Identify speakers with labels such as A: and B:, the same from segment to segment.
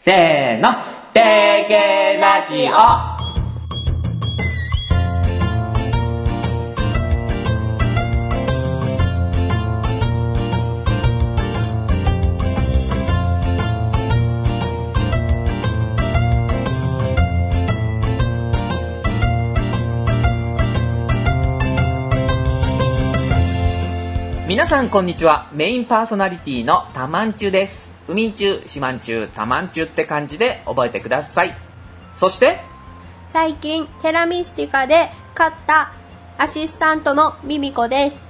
A: せーの、定型ラジオ皆さんこんにちはメインパーソナリティのたまんちゅです海んちゅしまんちゅたまんちゅって感じで覚えてくださいそして
B: 最近テラミスティカで勝ったアシスタントのミミコです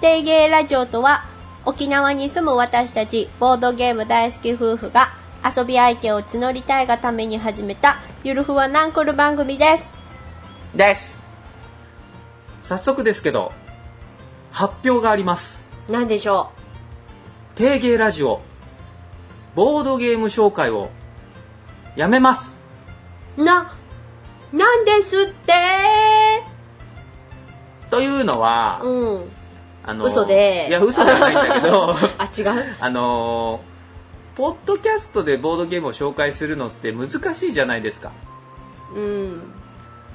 B: 定芸ラジオとは沖縄に住む私たちボードゲーム大好き夫婦が遊び相手を募りたいがために始めたゆるふわナンクル番組です
A: です早速ですけど発表があります
B: 何でしょ
A: 定芸ラジオボードゲーム紹介をやめます
B: うな、なんですって
A: というのは、
B: うん。
A: あの
B: 嘘で
A: いや嘘じゃないんだけど
B: あ、違う
A: あのポッドキャストでボードゲームを紹介するのって難しいじゃないですか
B: うん。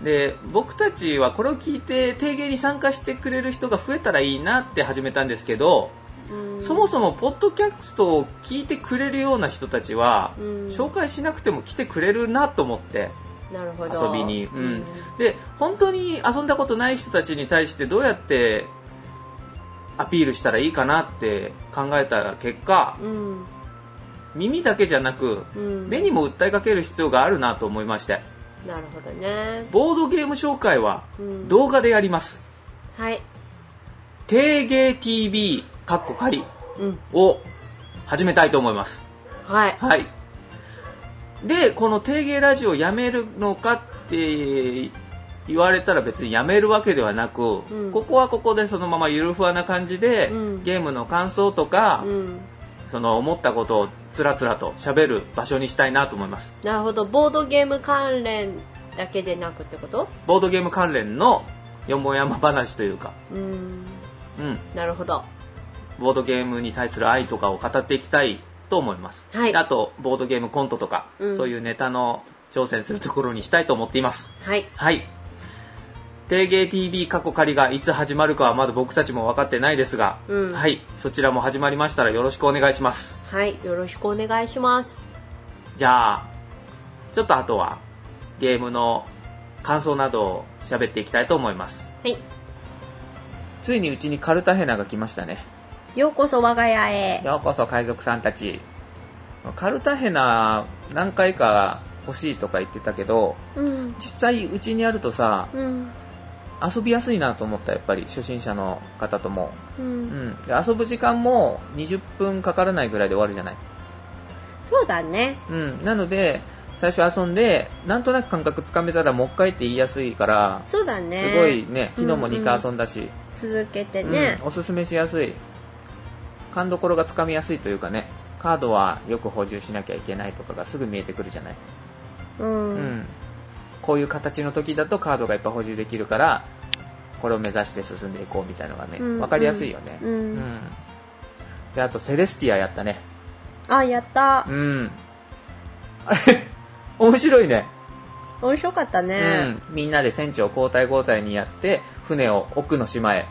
A: で僕たちはこれを聞いて提言に参加してくれる人が増えたらいいなって始めたんですけど、
B: うん
A: そもそもポッドキャストを聞いてくれるような人たちは、
B: うん
A: 紹介しなくても来てくれるなと思って
B: なるほ
A: 遊
B: ど。
A: びに、うんで本当に遊んだことない人たちに対してどうやってアピールしたらいいかなって考えた結果
B: うん。
A: 耳だけじゃなく
B: うん。
A: 目にも訴えかける必要があるなと思いまして
B: なるほどね。
A: ボードゲーム紹介は
B: うん
A: 動画でやります、
B: はい。
A: 定芸 TV かっこ仮
B: うん。
A: を始めたいと思います
B: はい。
A: はいでこの定芸ラジオやめるのかって言われたら別にやめるわけではなく、
B: うん
A: ここはここでそのままゆるふわな感じで、
B: うん
A: ゲームの感想とか、
B: うん。
A: その思ったことをつらつらと喋る場所にしたいなと思います
B: なるほど。ボードゲーム関連だけでなくってこと
A: ボードゲーム関連のよもやま話というか、
B: うん。
A: うん、
B: なるほど。
A: ボードゲームに対する愛とかを語っていきたいと思います、
B: はい
A: あとボードゲームコントとか、
B: うん
A: そういうネタの挑戦するところにしたいと思っています
B: はい。
A: はい定芸 TV 過去仮がいつ始まるかはまだ僕たちも分かってないですが、
B: うん
A: はいそちらも始まりましたらよろしくお願いします
B: はい。よろしくお願いします。
A: じゃあちょっとあとはゲームの感想などを喋っていきたいと思います
B: はい。
A: ついにうちにカルタヘナが来ましたね
B: ようこそ我が家へ。
A: ようこそ海賊さんたちカルタヘナ何回か欲しいとか言ってたけど
B: うん。
A: 実際うちにあるとさ
B: うん。
A: 遊びやすいなと思ったやっぱり初心者の方とも、
B: う。
A: うんん、で遊ぶ時間も20分かからないぐらいで終わるじゃない、
B: そうだね。
A: うん、なので最初遊んでなんとなく感覚つかめたらもう一回って言いやすいから
B: そうだね。
A: すごい。ね昨日も
B: うんうん
A: 2回遊んだし、
B: 続けて
A: うん
B: ね。
A: おすすめしやすい勘どころがつかみやすいというかねカードはよく補充しなきゃいけないとかがすぐ見えてくるじゃない、
B: うん。
A: うん、こういう形の時だとカードがいっぱい補充できるからこれを目指して進んでいこうみたいのがね、
B: うんうん
A: 分かりやすいよね、
B: うん
A: であとセレスティアやったね
B: あ、やった。
A: うん あれ面白いね、
B: 面白かったね。
A: うん、みんなで船長交代交代にやって船を奥の島へ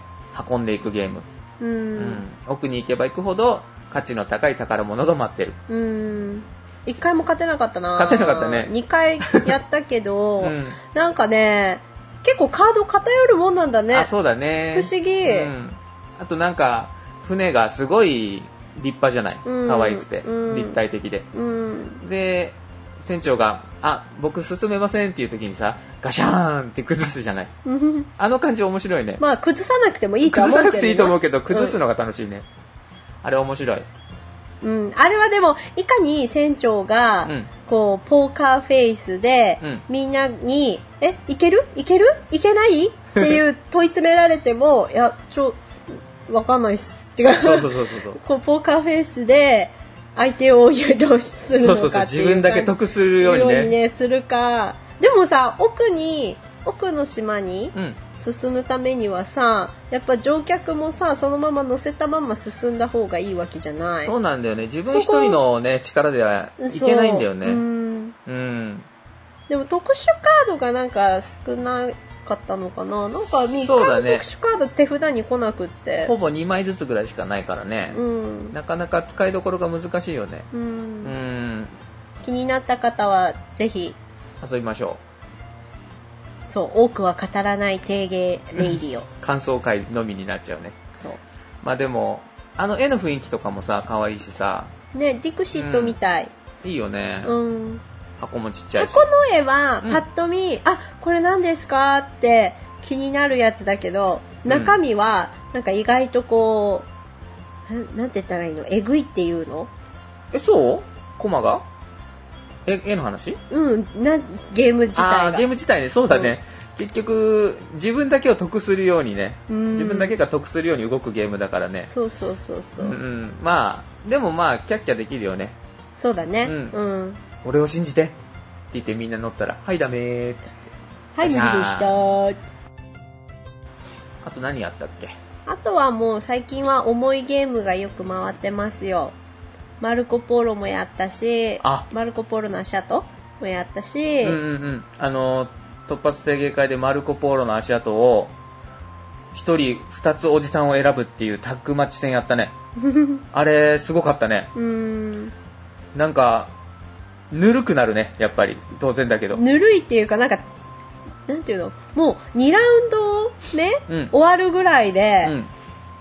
A: 運んでいくゲーム
B: う。
A: うんん、奥に行けば行くほど価値の高い宝物が待ってる
B: うん。一回も勝てなかったな。
A: 勝てなかったね
B: 二回やったけ ど、
A: うん
B: なんかね、結構カード偏るもんなんだね
A: あ。そうだね
B: 不思議
A: うん、あとなんか船がすごい立派じゃない
B: うん
A: 可愛くて、
B: うん
A: 立体的で
B: うん。
A: で船長が「あ僕進めません」っていう時にさガシャーンって崩すじゃないあの感じ面白いね、
B: まあ、崩さなくてもいいとは
A: 崩
B: 思う
A: さなく
B: けど。
A: ていいと思うけど崩すのが楽しいね、あれ面白い
B: うん。うん。あれはでも、いかに船長が、
A: うん
B: こう、ポーカーフェイスで、
A: うん
B: みんなに、え、いけるいけるいけないっていう問い詰められても、い や、ちょ、わかんないっす。っていうか
A: そうそうそうそう そう
B: こう、ポーカーフェイスで、相手を誘導する
A: そ
B: の
A: うそうそ
B: か
A: う
B: ってい
A: 自
B: う
A: 分だけ
B: 感じ
A: 得するように
B: よう
A: ね
B: にねするかでもさ奥に奥の島に
A: うん
B: 進むためにはさやっぱ乗客もさそのまま乗せたまま進んだ方がいいわけじゃない
A: そうなんだよね自分一
B: そこ
A: 人のね力では
B: そう
A: いけないんだよね
B: うん
A: うん
B: でも特殊カードがなんか少なかったのかななんかみー
A: そうだ
B: カード
A: ね
B: 特殊カード手札に来なくって
A: ほぼ2枚ずつぐらいしかないからね、
B: うん、
A: なかなか使いどころが難しいよね
B: う、
A: うんん
B: 気になった方はぜひ
A: 遊びましょ
B: そう多くは語らない定芸レイディオ
A: う感想会のみになっちゃうね
B: そう
A: まあでもあの絵の雰囲気とかもさ可愛いしさ
B: ねディクシットみたい、
A: いいよね、
B: うん、
A: 箱もちっちゃいし
B: 箱の絵は
A: うん
B: パッと見、あこれ何ですかって気になるやつだけど中身はなんか意外とこうなんなんて言ったらいいのえぐいっていうの
A: えそうコマがえ絵の話
B: うんなんゲーム自
A: あ
B: 体
A: あ
B: が
A: ーゲーム自体ねそうだね、結局自分だけを得するようにね
B: うん
A: 自分だけが得するように動くゲームだからね
B: そうそうそうそうう、
A: ん、うん、まあでもまあキャッキャできるよね
B: そうだね
A: うん
B: うん
A: 俺を信じてって言ってみんな乗ったら「はいダメー」って
B: はい無
A: じゃあ
B: 理でした
A: あと何やったっけ
B: あとはもう最近は重いゲームがよく回ってますよ。マルコ・ポーロもやったし
A: あ、
B: マルコ・ポーロの足跡もやったし、
A: うんうんうんあの突発定芸会でマルコ・ポーロの足跡を1人2つおじさんを選ぶっていうタッグマッチ戦やった ねあれすごかったね
B: うーん、
A: なんかぬるくなるねやっぱり当然だけど
B: ぬるいっていうかなんか、なんていうのもう2ラウンド目、
A: うん
B: 終わるぐらいで、
A: うん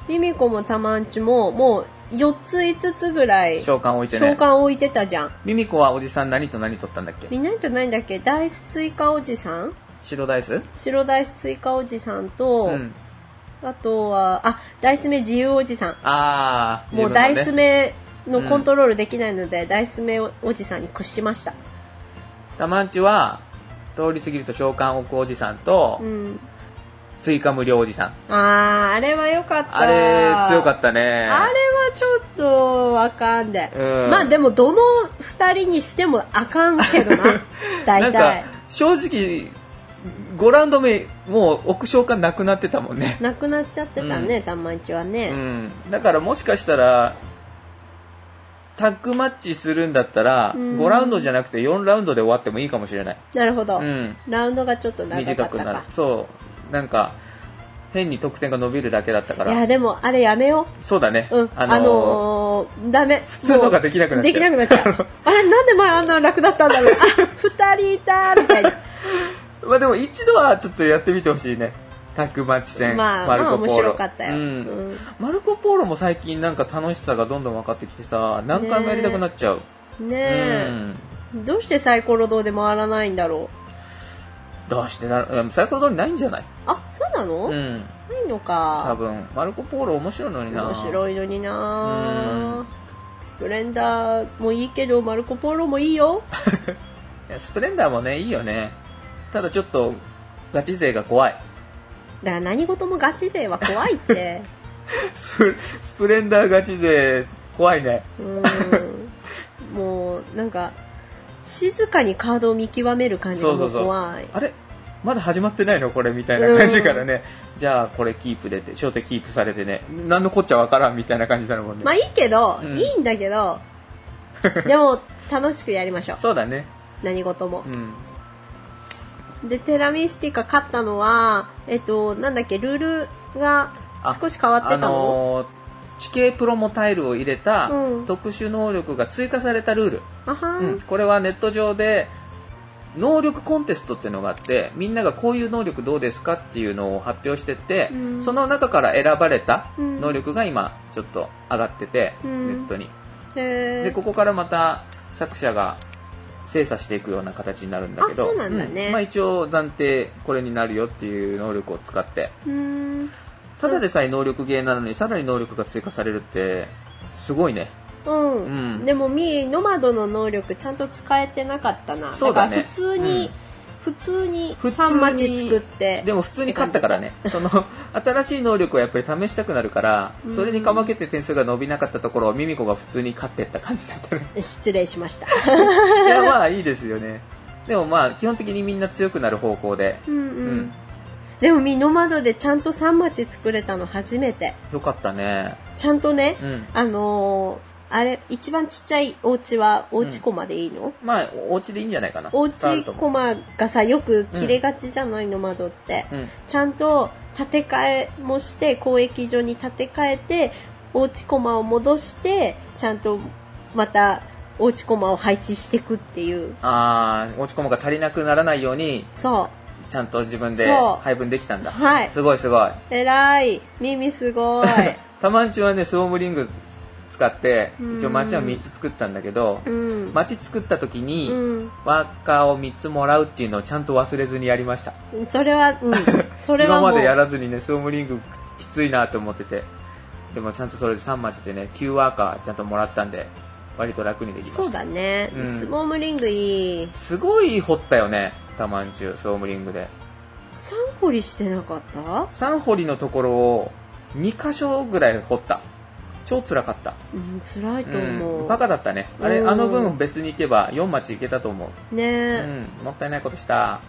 B: ミミコもたまんちももう4つ5つぐらい召
A: 召喚置いてね
B: 喚置いてたじゃん。
A: ミミコはおじさん何と何取ったんだっけ
B: みんなと何だっけダイス追加おじさん
A: 白ダイス
B: 白ダイス追加おじさんと、
A: うん
B: あとは、あ、ダイス目自由おじさん。
A: ああ
B: もうダイス目の
A: うん
B: コントロールできないので、ダイス目おじさんに屈しました。
A: たまんちは通り過ぎると召喚置くおじさんと、
B: うん。
A: 追加無料おじさん
B: あー、あれは良かった。
A: あれ強か
B: った。
A: ったね
B: あれはちょっとわかんで。
A: うん
B: まあでも、どの二人にしてもあかんけどな。
A: な
B: 大
A: んか
B: 体。
A: 正直5ラウンド目もう置く召喚なくなってたもんね
B: なくなっちゃってたね、たまんちは
A: う
B: ね。
A: んだからもしかしたらタッグマッチするんだったら、
B: うん
A: 5ラウンドじゃなくて4ラウンドで終わってもいいかもしれない、
B: なるほど、
A: うん、
B: ラウンドがちょっと長か
A: 短
B: っ
A: く
B: た
A: なる
B: か。
A: そうなんか変に得点が伸びるだけだったか
B: い
A: ら
B: や、でも、あれやめよう。
A: そうだね、
B: うん、あ
A: ー
B: のーダメ。普
A: 通のができなくなっちゃう
B: できなくなっち ゃう。あれ、なんで前あんな楽だったんだろう。あ、二人いたーみた いな。
A: まあでも一度はちょっとやってみてほしいねタッグマッチ戦、
B: まあ、
A: マル
B: まあ
A: コ・ポーロ、
B: 面白かったよ。
A: う
B: うんん。
A: マルコ・ポーロも最近なんか楽しさがどんどん分かってきてさ何回もやりたくなっちゃう、
B: ね
A: う
B: え、
A: ん
B: どうしてサイコロ堂で回らないんだろう。
A: どうしてなうんサイコロ通りないんじゃない
B: あ、そうなの、
A: うん
B: ないの
A: 多
B: か。
A: 分マルコ・ポーロ面白いのにな
B: 面白いのにな
A: う
B: ースプレンダーもいいけど、マルコ・ポーロもいいよ。
A: いやスプレンダーもねいいよねただちょっとガチ勢が怖い
B: だから何事もガチ勢は怖い って。
A: ススプレンダーガチ勢怖いね
B: うんもうなんか静かにカードを見極める感じが
A: そうそ
B: も
A: う
B: う
A: そう
B: 怖い
A: あれまだ始まってないのこれみたいな感じからね、じゃあこれキープでって焦点キープされてね何のこっちゃわからんみたいな感じになるもんね、
B: まあいいけど、
A: うん
B: いいんだ けどでも楽しくやりましょう
A: そうだね
B: 何事も
A: う、ん
B: でテラミスティカ勝ったのはえっとなんだっけルールが
A: あ
B: 少し変わってた
A: あ
B: の
A: のー地形プロモタイルを入れた
B: うん
A: 特殊能力が追加されたルール、
B: あは
A: うん
B: ん、
A: これはネット上で能力コンテストっていうのがあってみんながこういう能力どうですかっていうのを発表してて、
B: うん
A: その中から選ばれた
B: うん
A: 能力が今ちょっと上がってて、
B: うん
A: ネットに
B: へ
A: でここからまた作者が精査していくような形になるんだけど
B: あそうなんだね
A: まあ、一応暫定これになるよっていう能力を使って
B: えうん
A: ただでさえ能力ゲーなのにさらに能力が追加されるってすごいね
B: うん、
A: うん
B: でもミーノマドの能力ちゃんと使えてなかったな
A: そうだ
B: か
A: ね
B: ら普通に、普通に
A: 普通に
B: 3マチ作って
A: でも普通に勝ったからねその新しい能力をやっぱり試したくなるから
B: うん
A: それにかまけて点数が伸びなかったところをミミコが普通に勝ってった感じだった ね
B: 失礼しました
A: いやまあいいですよねでもまあ基本的にみんな強くなる方向で
B: うんうん、
A: うん
B: でも、美濃窓でちゃんと3町作れたの初めて。
A: よかったね。
B: ちゃんとね、
A: うん
B: あのーあれ、一番ちっちゃいお家は、お家コマでいいの、
A: まあ、お家でいいんじゃないかな。
B: おう
A: 伝わる
B: ち
A: と
B: コ
A: 思う
B: マがさ、よく切れがちじゃないの、窓って。
A: うん。
B: ちゃんと建て替えもして、交易所に建て替えて、おうちコマを戻して、ちゃんとまた、おうちコマを配置していくっていう。
A: ああ、お家コマが足りなくならないように、
B: そ
A: ちゃんと自分で
B: そう
A: 配分できたんだ。
B: う。はい。
A: すごいすごい。
B: 偉い。耳すご い。
A: たまんちはね、スウォームリング使って
B: う、ん
A: 一応街は3つ作ったんだけど、
B: うん。
A: 街作った時に、
B: うん。
A: ワーカーを3つもらうっていうのをちゃんと忘れずにやりました。
B: それは、うん。それは
A: 今
B: もう。
A: までやらずにね、スウォームリングきついなと思ってて、でもちゃんとそれで3町でね、9ワーカーちゃんともらったんで、割と楽にできました。
B: そうだね、
A: うん
B: スモームリングいい
A: すごい掘ったよね、たまんちゅう、スウォームリングで。
B: 3掘りしてなかった
A: 3掘りのところを2箇所ぐらい掘った。超辛かった。
B: うん辛いと思う、
A: うん、バカだったね。あれ、
B: うん
A: あの分別に行けば4町行けたと思う。
B: ね
A: う
B: え、
A: ん、もったいないことした。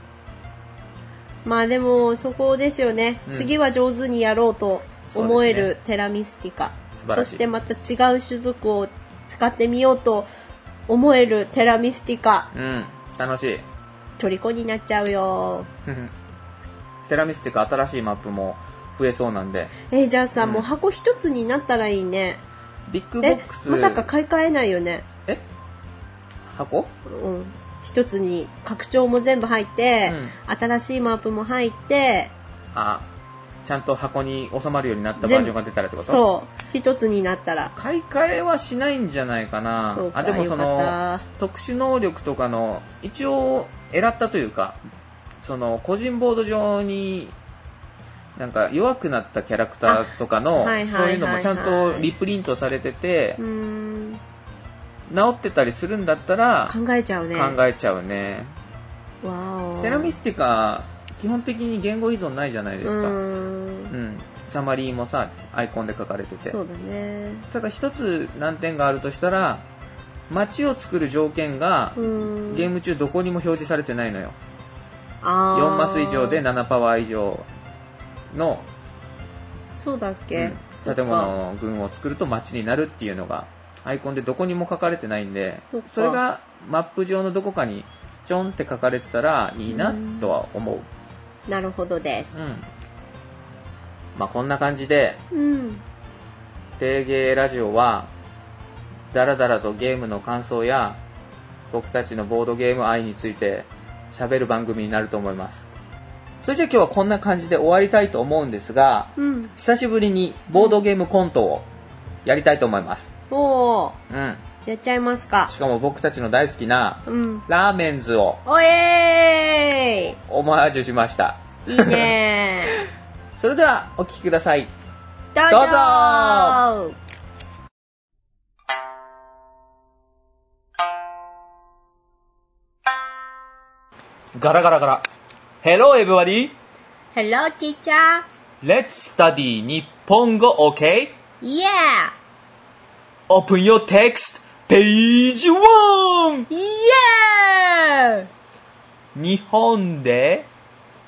B: まあでもそこですよね、
A: うん
B: 次は上手にやろうと思えるテラミスティカ
A: 素
B: そ,、
A: 晴らしい
B: してまた違う種族を使ってみようと思えるテラミスティカ
A: うん、楽しい。
B: 虜になっちゃうよ
A: ふふテラミスティカ新しいマップも増えそうなんで、
B: えじゃあさ、もう箱一つになったらいいね
A: ビッグボ
B: え
A: ックス。
B: まさか買い替えないよね
A: え箱
B: うん、一つに拡張も全部入って、新しいマップも入って
A: あ、ちゃんと箱に収まるようになったバージョンが出たらってことう。
B: そう一つになったら
A: 買い替えはしないんじゃないかな。
B: そうか
A: あ、でもそ
B: よ
A: の、
B: かった
A: 特殊能力とかの、一応、選ったというか、その、個人ボード上に、なんか弱くなったキャラクターとかの、
B: あはいはいはいはい
A: そういうのもちゃんとリプリントされてて
B: う、ーん
A: 治ってたりするんだったら、
B: 考えちゃうね
A: 考えちゃうね。
B: わお
A: テラミスティカ、基本的に言語依存ないじゃないで
B: う
A: すか。
B: ー
A: うんん、サマリーもさアイコンで書かれてて
B: そうだね
A: ただ一つ難点があるとしたら街を作る条件が
B: うーん
A: ゲーム中どこにも表示されてないのよ
B: あー
A: 4マス以上で7パワー以上の、
B: そうだっ
A: う
B: け
A: ん、
B: そっか
A: 建物の群を作ると街になるっていうのがアイコンでどこにも書かれてないんで
B: そっか
A: れがマップ上のどこかにちょんって書かれてたらいいなとは思う
B: なるほどで
A: う
B: す
A: んまあこんな感じで
B: うん
A: 定芸ラジオはダラダラとゲームの感想や僕たちのボードゲーム愛について喋る番組になると思いますそれじゃあ今日はこんな感じで終わりたいと思うんですが
B: うん
A: 久しぶりにボードゲームコントをやりたいと思います
B: おー
A: うん
B: やっちゃいますか
A: しかも僕たちの大好きな
B: うん
A: ラーメンズを
B: おえ
A: オマージュしました
B: ーいいいね
A: それではお聴きください
B: どうぞ
A: どうガラガラガラ Hello everybody!
B: Hello teacher
A: Let's study 日本語 OK?
B: Yeah
A: Open your text page 1!
B: Yeah
A: 日本で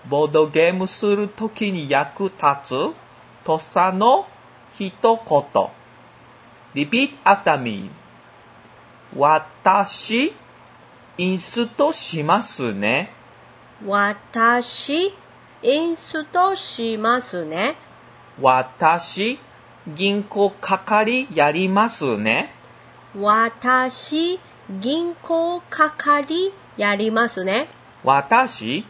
A: ボードゲームするときに役立つとっさの一言。Repeat after me. 私、インストしますね。
B: 私、インストしますね。
A: 私、銀行係やりますね。
B: 私、銀行係やりますね。
A: 私、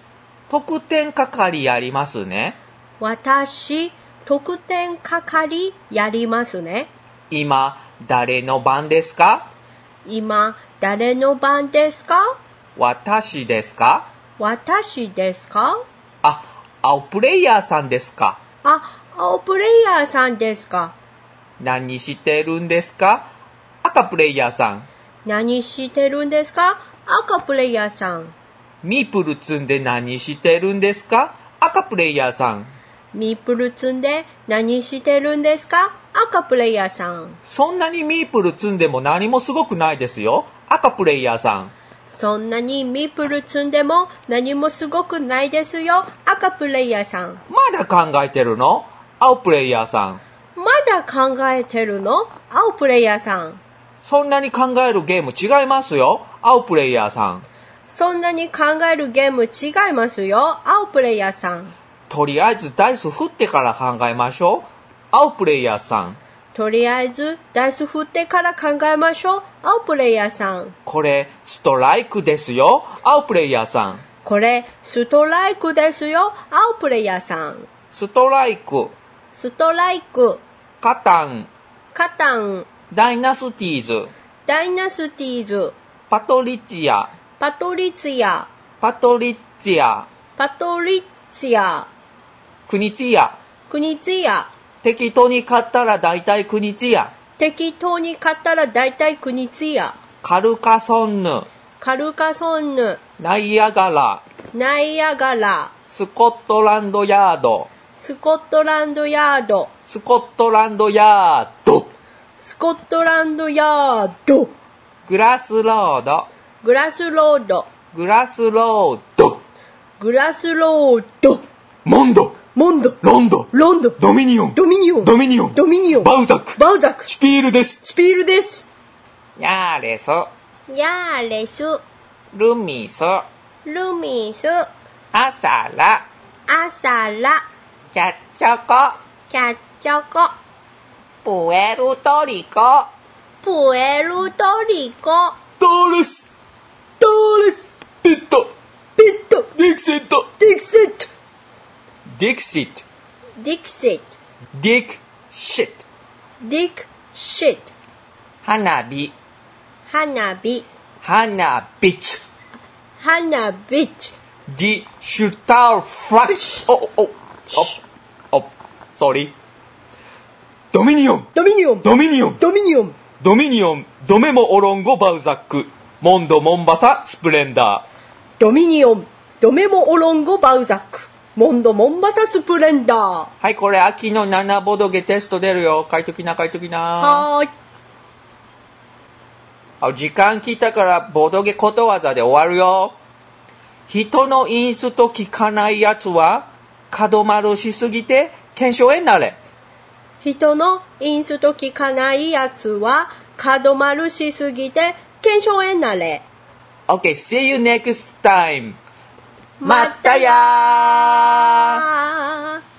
A: 特典係やりますね。
B: 私、特典係やりますね。
A: 今、誰の番ですか
B: 今、誰の番ですか
A: 私ですか
B: 私ですか
A: あ、青プレイヤーさんですか
B: あ、青プレイヤーさんですか
A: 何してるんですか赤プレイヤーさん。
B: 何してるんですか赤プレイヤーさん。
A: ミープル積んで何してるんですか赤プレイヤーさん。
B: ミープル積んで何してるんですか赤プレイヤーさん。
A: そんなにミープル積んでも何もすごくないですよ。赤プレイヤーさん。
B: そんなにミープル積んでも何もすごくないですよ、赤プレイヤーさん。
A: まだ考えてるの青プレイヤーさん。
B: まだ考えてるの青プレイヤーさん。
A: そんなに考えるゲーム違いますよ。青プレイヤーさん。
B: そんなに考えるゲーム違いますよ、青プレイヤーさん。
A: とりあえずダイス振ってから考えましょう。青プレイヤーさん。
B: とりあえず、ダイス振ってから考えましょう、青プレイヤーさん。
A: これ、ストライクですよ。青プレイヤーさん。
B: これ、ストライクですよ、青プレイヤーさん。
A: ストライク、
B: ストライク、
A: カタン、
B: カタン、
A: ダイナスティーズ、
B: ダイナスティーズ、
A: パトリチア、
B: パトリツィア、
A: パトリチア、
B: パトリツィア、
A: クニチア。
B: クニツィア。
A: 適当に買ったら大体クニチア。
B: 適当に買ったら大体クニツィア。
A: カルカソンヌ、
B: カルカソンヌ、
A: ナイアガラ、
B: ナイアガラ、
A: スコットランドヤード、
B: スコットランドヤード、
A: スコットランドヤード、
B: スコットランドヤード、
A: グラスロード、
B: グラスロード、
A: グラスロード、
B: グラスロード、
A: モンド、
B: モンド、
A: ロンド、
B: ロンド、
A: ドミニオン、
B: ドミニオン、
A: ドミニオン、
B: ドミニオン、
A: バウザック、
B: バウザク、
A: シュピールです。
B: スピールです。
A: ヤーレソ、
B: ヤーレス、
A: ルミソ、
B: ルミス、
A: アサラ、
B: アサラ、
A: キャッチョコ、
B: キャッチョコ、
A: プエルトリコ、
B: プエルトリコ、
A: ドールス、
B: ドーレス、
A: ペット、
B: ペット、
A: ディクセット、
B: ディクセット、
A: ディクシット、
B: ディクセット、
A: ディクシット、
B: ディクシット、
A: 花火、
B: 花火、
A: 花ビッチ、
B: 花火、
A: ディシュタルフラッシュ、お、お、お、お、ソリ。ドミニオン、
B: ドミニオン、
A: ドミニオン、
B: ドミニオン、
A: ドミニオン、ドメモオロンゴバウザック、モンドモンバサスプレンダー。
B: ドミニオン、ドメモオロンゴバウザック、モンドモンバサスプレンダー。は
A: はい、これ秋の七ボドゲテスト出るよ。書いときな、書いときな。
B: ーい。
A: あ、時間来たからボドゲことわざで終わるよ。人のインスト聞かないやつは、角丸しすぎて、検証へなれ。
B: 人のインスト聞かないやつは、角丸しすぎて、検証へなれ。
A: Okay, see you next time.
B: まったや
A: まったやー
B: あー